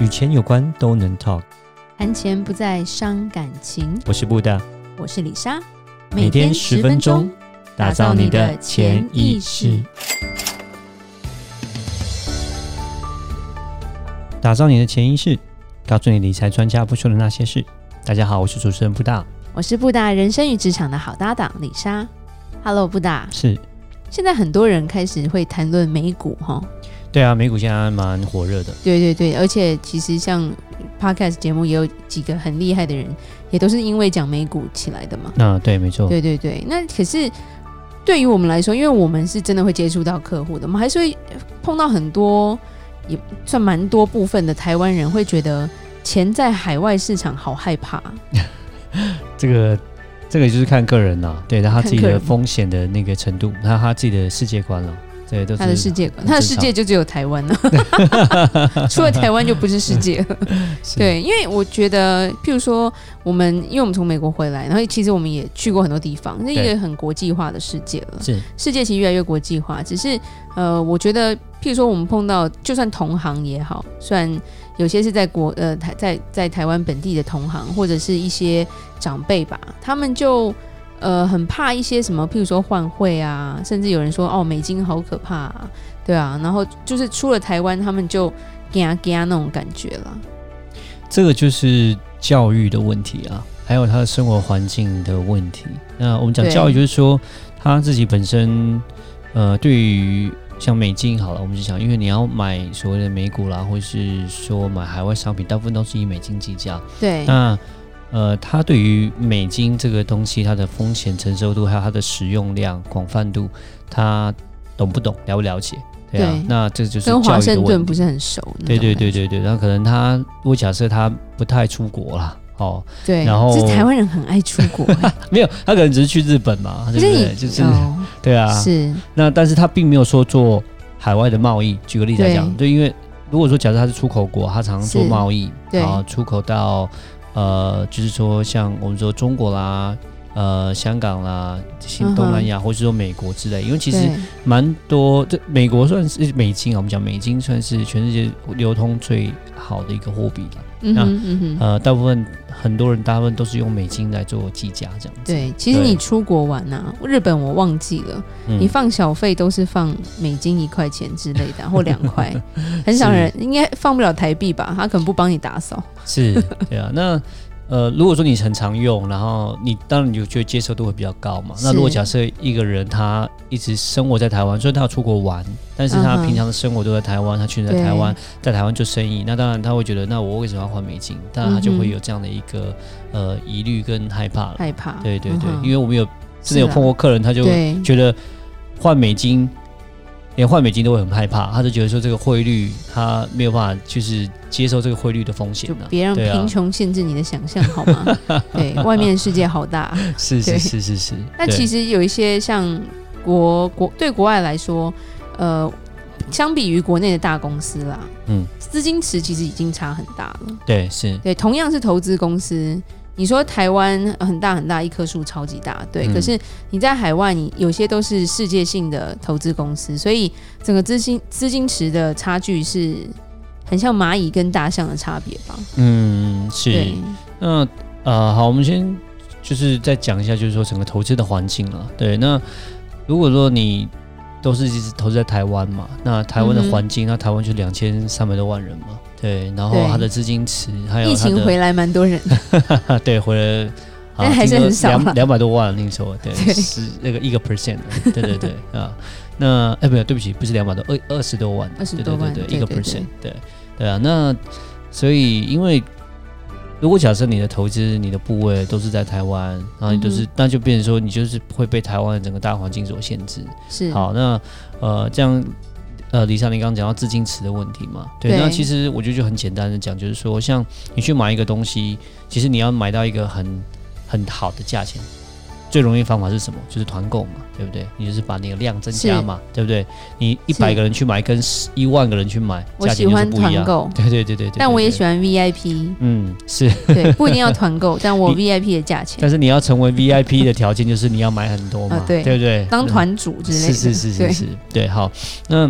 与钱有关都能 talk。谈钱不再伤感情。我是布大，我是李莎，每天十分钟，打造你的潜意识，打造你的潜意识，告诉你理财专家不说的那些事。大家好，我是主持人布大，我是布大人生与职场的好搭档李莎。Hello，布大。是现在很多人开始会谈论美股哈，对啊，美股现在蛮火热的，对对对，而且其实像 podcast 节目也有几个很厉害的人，也都是因为讲美股起来的嘛。那对，没错，对对对，那可是对于我们来说，因为我们是真的会接触到客户的，我们还是会碰到很多，也算蛮多部分的台湾人会觉得钱在海外市场好害怕。嗯这个这个就是看个人啦，对，然后他自己看个的人风险的那个程度，然后他自己的世界观了，这些都是他的世界观，很他的正世常界就只有台湾了， 除了台湾就不是世界 了。是对，因为我觉得，譬如说，我们因为我们从美国回来，然后其实我们也去过很多地方，是一对个很国际化的世界了。是世界其实越来越国际化，只是呃，我觉得，譬如说我们碰到，就算同行也好，虽然有些是在国呃台在在台湾本地的同行，或者是一些长辈吧，他们就呃很怕一些什么，譬如说换汇啊，甚至有人说哦美金好可怕、啊，对啊，然后就是出了台湾，他们就嘎嘎啊那种感觉了。这个就是教育的问题啊，还有他的生活环境的问题。那我们讲对教育，就是说他自己本身，呃，对于像美金好了，我们就讲，因为你要买所谓的美股啦，或是说买海外商品，大部分都是以美金计价。对，那呃，他对于美金这个东西，它的风险承受度，还有它的使用量、广泛度，他懂不懂、了不了解？对啊，对那这就是跟华教育的盛问顿题不。是很熟那种感对觉。对对对对，然后可能他，我假设他不太出国啦，哦，对，然后只是台湾人很爱出 国、欸，没有，他可能只是去日本嘛，对可不是对？你就是、哦对啊，是。那但是他并没有说做海外的贸易。举个例子来讲，就因为如果说假设他是出口国，他常常做是贸易，对啊，出口到呃，就是说像我们说中国啦。呃，香港啦，新东南亚，或是说美国之类，因为其实嗯对蛮多，这美国算是美金啊，我们讲美金算是全世界流通最好的一个货币了。嗯那哼嗯哼，呃，大部分很多人大部分都是用美金来做计价这样子。对，其实对你出国玩呐、日本我忘记了，嗯你放小费都是放美金一块钱之类 的啊，或两块，很少人应该放不了台币吧？他可能不帮你打扫。 是，对啊。那呃，如果说你很常用，然后你当然你就觉得接受度会比较高嘛。那如果是假设一个人他一直生活在台湾，虽然他要出国玩，但是他嗯哼平常的生活都在台湾，他去年在台湾，在台湾做生意，那当然他会觉得，那我为什么要换美金？当然他就会嗯哼有这样的一个呃疑虑跟害怕了。嗯害怕。嗯对对对，因为为我们有真的有碰过客人，他就啊对觉得换美金，连换美金都会很害怕，他就觉得说这个汇率他没有办法，就是接受这个汇率的风险就呢、别让对啊贫穷限制你的想象，好吗？ 对，外面的世界好大。是是对是是是。 那对其实有一些像国国对国外来说，呃，相比于国内的大公司啦，嗯嗯，资金池其实已经差很大了。对是，对，同样是投资公司，你说台湾呃很大很大，一棵树超级大，对。嗯可是你在海外，你有些都是世界性的投资公司，所以整个资金资金池的差距是很像蚂蚁跟大象的差别吧？嗯是对。，那呃好，我们先就是再讲一下，就是说整个投资的环境了。对，那如果说你都是一直投资在台湾嘛，那台湾的嗯哼环境，那台湾就两千三百多万人嘛，对，然后对它的资金池还有疫它情的回来蛮多人， 啊，对，回来，啊但还是很少啦两两百多万那个时候，对，对是那个一个 percent，的对对对啊，那哎没有，对不起，不是两百多，二二十多万， 20多万对对对，对一个对对 percent，对对啊，那所以因为如果假设你的投资、你的部位都是在台湾，然后你就是、嗯那就变成说你就是会被台湾的整个大环境所限制。是好，那呃这样。呃，李莎，你刚刚讲到资金池的问题嘛？对，对那其实我觉得就很简单的讲，就是说，像你去买一个东西，其实你要买到一个很很好的价钱，最容易的方法是什么？就是团购嘛，对不对？你就是把你的量增加是嘛，对不对？你一百是个人去买跟一万个人去买，我价喜钱就是欢不一团样。购，对对对对对但我也喜欢。欢 VIP，嗯，是，对，不一定要团购，但我你 VIP 的价 钱但是你要成为 VIP 的条件就是你要买很多嘛，啊对对不对？嗯当团主之类的，是是是是对是，对，好，那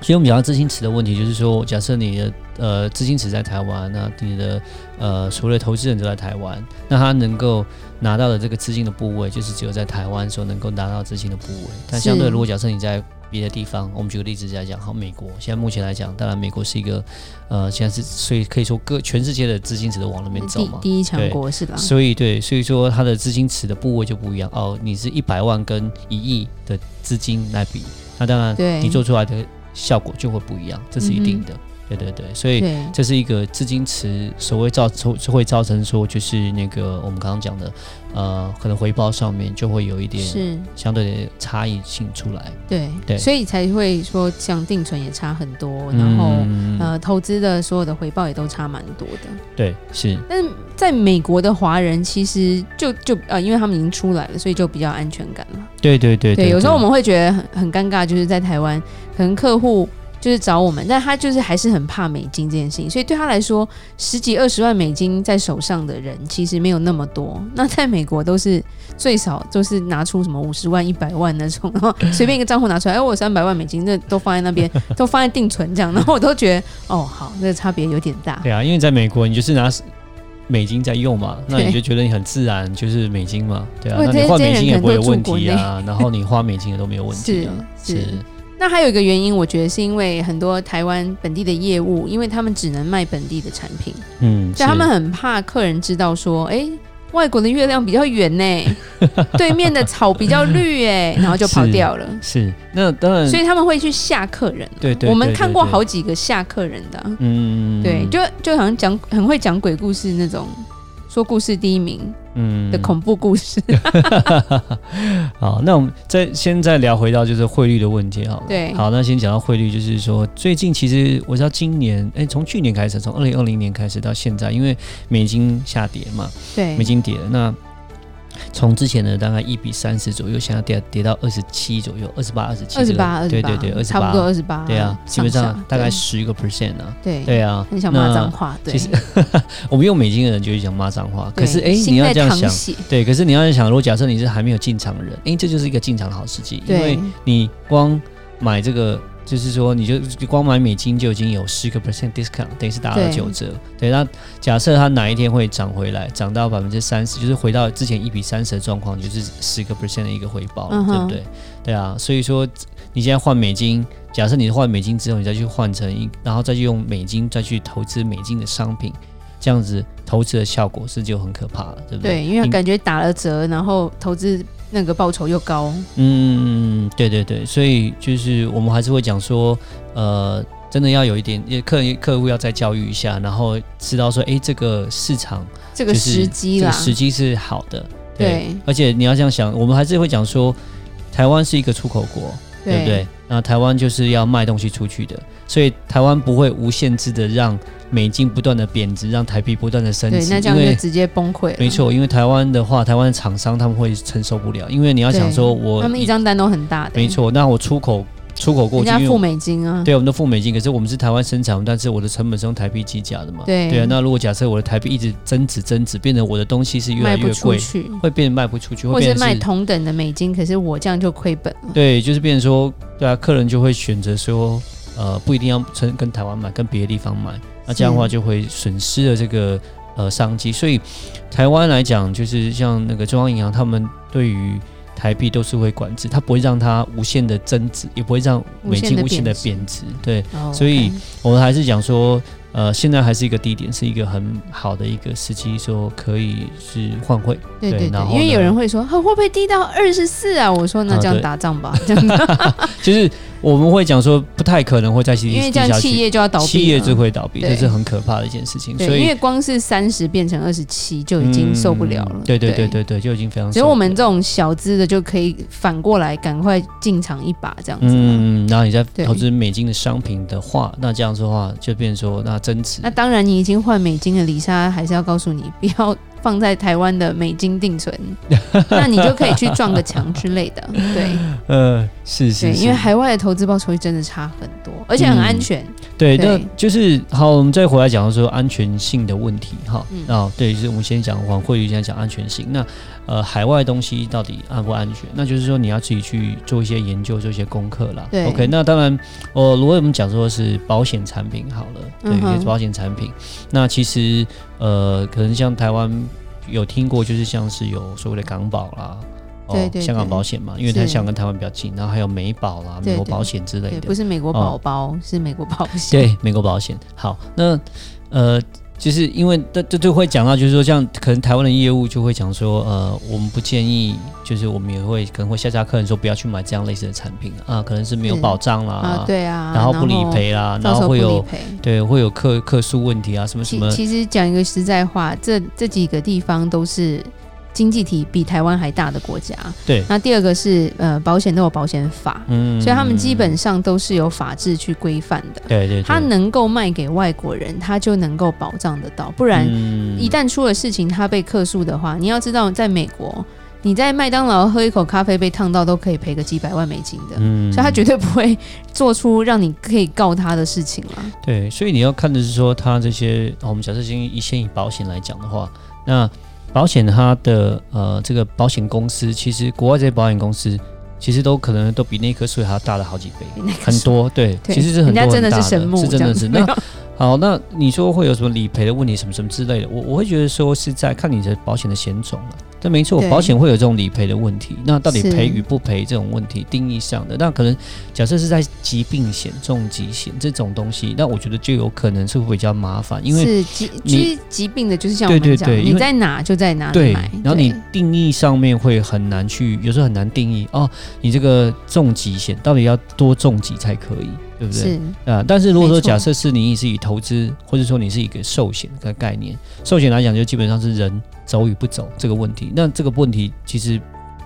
所以我们讲到资金池的问题，就是说，假设你的呃资金池在台湾，那你的呃所谓的投资人就在台湾，那他能够拿到的这个资金的部位，就是只有在台湾所能够拿到资金的部位。但相对，是如果假设你在别的地方，我们举个例子来讲，好，美国现在目前来讲，当然美国是一个呃现在是所以可以说各全世界的资金池都往那边走第嘛，第一强国是吧？所以对，所以说它的资金池的部位就不一样哦。你是一百万跟一亿的资金来比，那当然对嗯你做出来的效果就会不一样，这是一定的。对对对，所以对，这是一个资金池所谓造成会造成说就是那个我们刚刚讲的，呃，可能回报上面就会有一点是，相对的差异性出来。对，对所以才会说像定存也差很多，然后、嗯呃，投资的所有的回报也都差蛮多的。对是但是在美国的华人其实就就呃，因为他们已经出来了，所以就比较安全感嘛。对对对有时候我们会觉得很很尴尬，就是在台湾，可能客户就是找我们，但他就是还是很怕美金这件事情，所以对他来说，十几二十万美金在手上的人其实没有那么多。那在美国都是最少都是拿出什么五十万、一百万那种，然 后随便一个账户拿出来，哎，我有三百万美金，那都放在 那边，都放在定存这样，然后我都觉得哦，好，那个差别有点大。对啊，因为在美国，你就是拿美金在用嘛，那你就觉得你很自然，就是美金嘛，对啊，对那你换美金也不会有问这些题人可啊，然后你花美金也都没有问题啊，是是那还有一个原因，我觉得是因为很多台湾本地的业务，因为他们只能卖本地的产品，嗯，所以他们很怕客人知道说，哎、外国的月亮比较圆呢、 对面的草比较绿哎、 然后就跑掉了。是是那当然，所以他们会去吓客人。对对，我们看过好几，几个吓客人的啊、嗯，对，就就好像讲很会讲鬼故事那种，说故事第一名嗯的恐怖故 事。啊好，那我们再先再聊回到就是汇率的问题好了。对好，那先讲到汇率，就是说最近其实我知道今年，哎，从去年开始，从二零二零年开始到现在，因为美金下跌嘛，对美，金跌了。那从之前的大概一比三十左右，现在跌跌到二十七左右，二十八、二十七，二十八，二对十八，对对，二十差不多八，二十八。对啊，基本上大概对十个 percent 啊，对对啊，很想骂那脏话，对。其实我们用美金的人就会想骂脏话，可对是哎，心你要在这样淌想，血对，可是你要想，如果假设你是还没有进场的人，哎，这就是一个进场的好时机，因为对哎你光买这个，就是说你就光买美金就已经有十个 percent discount，等于是打了对九折。对，那假设它哪一天会涨回来，涨到百分之三十，就是回到之前一比三十的状况，就是十个 percent 的一个回报了，嗯对哼不对？对啊，所以说你现在换美金，假设你换美金之后，你再去换成一，然后再去用美金再去投资美金的商品，这样子投资的效果是就很可怕了，对不对？对，因为你感觉打了折，然后投资那个报酬又高，嗯，对对对，所以就是我们还是会讲说，呃，真的要有一点，也客人客户要再教育一下，然后知道说，哎，这个市场这个就是时机这啦个，时机是好的，对而且你要这样想，我们还是会讲说，台湾是一个出口国，对不对？那台湾就是要卖东西出去的，所以台湾不会无限制的让美金不断的贬值，让台币不断的升值，对，那这样因为就直接崩溃了。没，错，因为台湾的话，台湾的厂商他们会承受不了，因为你要想说我，他们一张单都很大的，欸没，错，那我出口出口过嗯人去，家因为付我美金啊，对我们都付美金，可是我们是台湾生产，但是我的成本是用台币计价的嘛。对啊，那如果假设我的台币一直增值增值，变成我的东西是越来卖不越出贵，去，会变卖不出去，或会是变成卖同等的美金，可是我这样就亏本了。对，就是变成说，对啊，客人就会选择说，呃，不一定要跟跟台湾买，跟别的地方买，那这样的话是就会损失了这个呃商机。所以台湾来讲，就是像那个中央银行，他们对于台币都是会管制，它不会让它无限的增值，也不会让美金无无限限的地贬值。对，哦所以 OK 我们还是讲说，呃，现在还是一个低点，是一个很好的一个时机，说可以是换汇。对对对对然，后因为呢有人会说，啊会不会低到二十四啊？我说那啊这样对打 仗吧，这样子就是我们会讲说，不太可能会再继续因为低这样下去企业就要倒闭了，企业就会倒闭，对这是很可怕的一件事情。所对，因以为光是三十变成二十七就已经受不了了。嗯对对对。对对，就已经非常受不了。只有我们这种小资的就可以反过来赶快进场一把这样子。啊嗯，然后你再对投资美金的商品的话，那这样子的话就变成说，那增值那当然，你已经换美金的李莎还是要告诉你，不要放在台湾的美金 定存，那你就可以去撞个墙之类的。对呃，是是对，是，嗯因为海外的投资报酬率真的差很多，而且很安全。对，对那就是好，我们再回来讲说安全性的问题哈。嗯啊，对，就是我们先讲黄慧瑜先讲安全性。那呃，海外东西到底安不安全？那就是说你要自己去做一些研究，做一些功课啦。对 OK，那当然，哦，如果我们讲说是保险产品好了，对，嗯哼就是保险产品，那其实呃，可能像台湾有听过，就是像是有所谓的港保啦。哦对对香港对保险嘛，因为它是香港跟台湾比较近，然后还有美保啦、对美国对保险之类对，的。不是美国宝宝，是美国保险。哦对，美国保险。好，那呃，就是因为这这就会讲到，就是说像可能台湾的业务就会讲说，呃，我们不建议，就是我们也会可能会下架客人说不要去买这样类似的产品啊，可能是没有是保障啦，啊，对啊，哦然后不理，赔啦，然到时后候不会理有赔。对会有客客诉问题啊，什么什其么，其实讲一个实在话，这这几个地方都是经济体比台湾还大的国家。对那第二个是呃，保险都有保险法，嗯所以他们基本上都是有法制去规范的。对对，它能够卖给外国人，它就能够保障得到，不嗯然一一旦出了事情，它被克诉的话，你要知道，在美国，你在麦当劳喝一口咖啡被烫到，都可以赔个几百万美金的。嗯所以他绝对不会做出让你可以告他的事情了。对，所以你要看的是说，它这些哦我们假设先以先以保险来讲的话，那保险它的呃这个保险公司，其实国外这些保险公司其实都可能都比那棵树还要大了好几倍，那个很多对，对其实是很多人家真的很大是神木是真这的样是子 那。好，那你说会有什么理赔的问题，什么什么之类的？我我会觉得说是在看你的保险的险种了。但没错，对保险会有这种理赔的问题。那到底是赔与不赔这种问题定义上的，那可能假设是在疾病险、重疾险这种东西，那我觉得就有可能是会比较麻烦，因为是疾你其实疾病的，就是像我对对们讲，对因为啊你在哪就在哪对里买，，然后你对定义上面会很难去，有时候很难定义哦，你这个重疾险到底要多重疾才可以，对不对？是啊，但是如果说没错假设是你是以投资，或者说你是一个寿险的概念，寿险来讲就基本上是人走与不走这个问题。那这个问题其实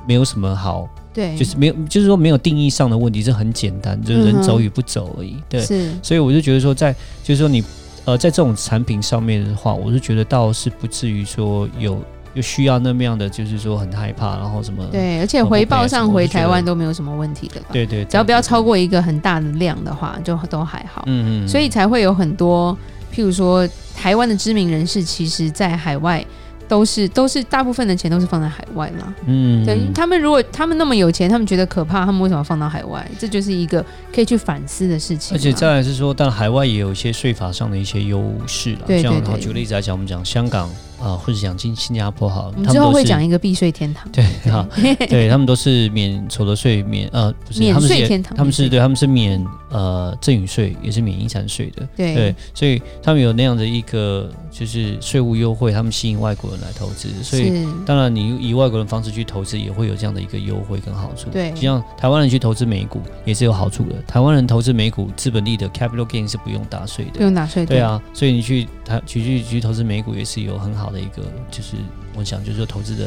没有什么好，对，就是没有，就是说没有定义上的问题，是很简单，就是嗯人哼走与不走而已。对，是所以我就觉得说在，就是说你呃，在这种产品上面的话，我是觉得倒是不至于说有有需要那么样的，就是说很害怕，嗯然后什么对，而且我不回赔报什么上我回就觉台得湾都没有什么问题的吧？对对，只要不要超过，过一个很大的量的话，就都还好。嗯嗯，所以才会有很多，譬如说台湾的知名人士，其实在海外都是都是大部分的钱都是放在海外啦。嗯，对他们，如果他们那么有钱，他们觉得可怕，他们为什么要放到海外？这就是一个可以去反思的事情啊而啦。且再来是说，但海外也有一些税法上的一些优势啦。对对像对好举个例子来讲，我们讲香港啊、呃或者讲新新加坡好了，我们他之们后都会是讲一个避税天堂，对哈，对他们都是免所得税免呃不是， 免他们税是天堂他们免是税对他们是免呃赠与税，也是免遗产税的。对对，所以他们有那样的一个就是税务优惠，他们吸引外国人来投资，所以。是当然，你以外国人方式去投资，也会有这样的一个优惠跟好处。对就像台湾人去投资美股也是有好处的。台湾人投资美股，资本利的 capital gain 是不用打税不的。用打税。对，啊，所以你去台去去去投资美股也是有很好的一个，就是我想就是说投资的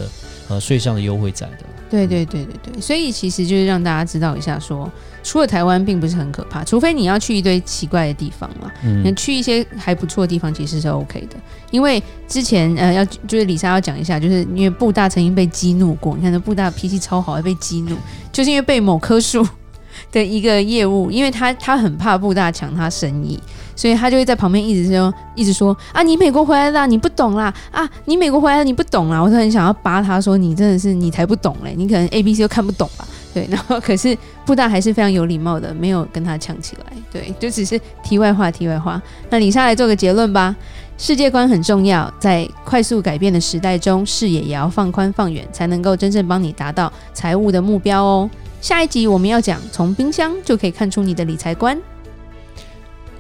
呃税上的优惠在的。对对对对对，所以其实就是让大家知道一下说除了台湾并不是很可怕，除非你要去一堆奇怪的地方啦。那嗯，去一些还不错的地方其实是 OK 的，因为之前呃要就是李莎要讲一下，就是因为布大曾经被激怒过，你看那布大脾气超好，还被激怒，就是因为被某棵树 的一个业务，因为他他很怕布大抢他生意，所以他就会在旁边一直说一直说啊你美国回来啦，你不懂啦啊你美国回来了你不懂啦，我都很想要扒他说你真的是你才不懂嘞，你可能 A B C 都看不懂吧。对，然后可是布大还是非常有礼貌的，没有跟他抢起来。对，就只是题外话，题外话。那李莎来做个结论吧。世界观很重要，在快速改变的时代中，视野也要放宽放远，才能够真正帮你达到财务的目标哦。下一集我们要讲从冰箱就可以看出你的理财观。